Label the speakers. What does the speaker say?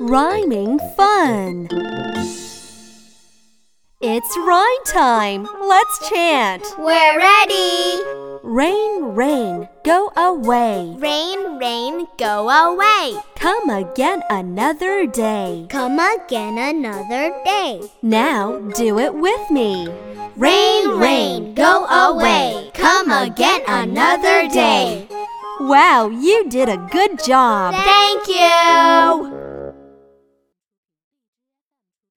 Speaker 1: Rhyming fun. It's rhyme time. Let's chant.
Speaker 2: We're ready.
Speaker 1: Rain, rain, go away.
Speaker 2: Rain, rain, go away.
Speaker 1: Come again another day.
Speaker 2: Come again another day.
Speaker 1: Now do it with me.
Speaker 2: Rain, rain, go away. Come again another day.
Speaker 1: Wow, you did a good job.
Speaker 2: Thank you.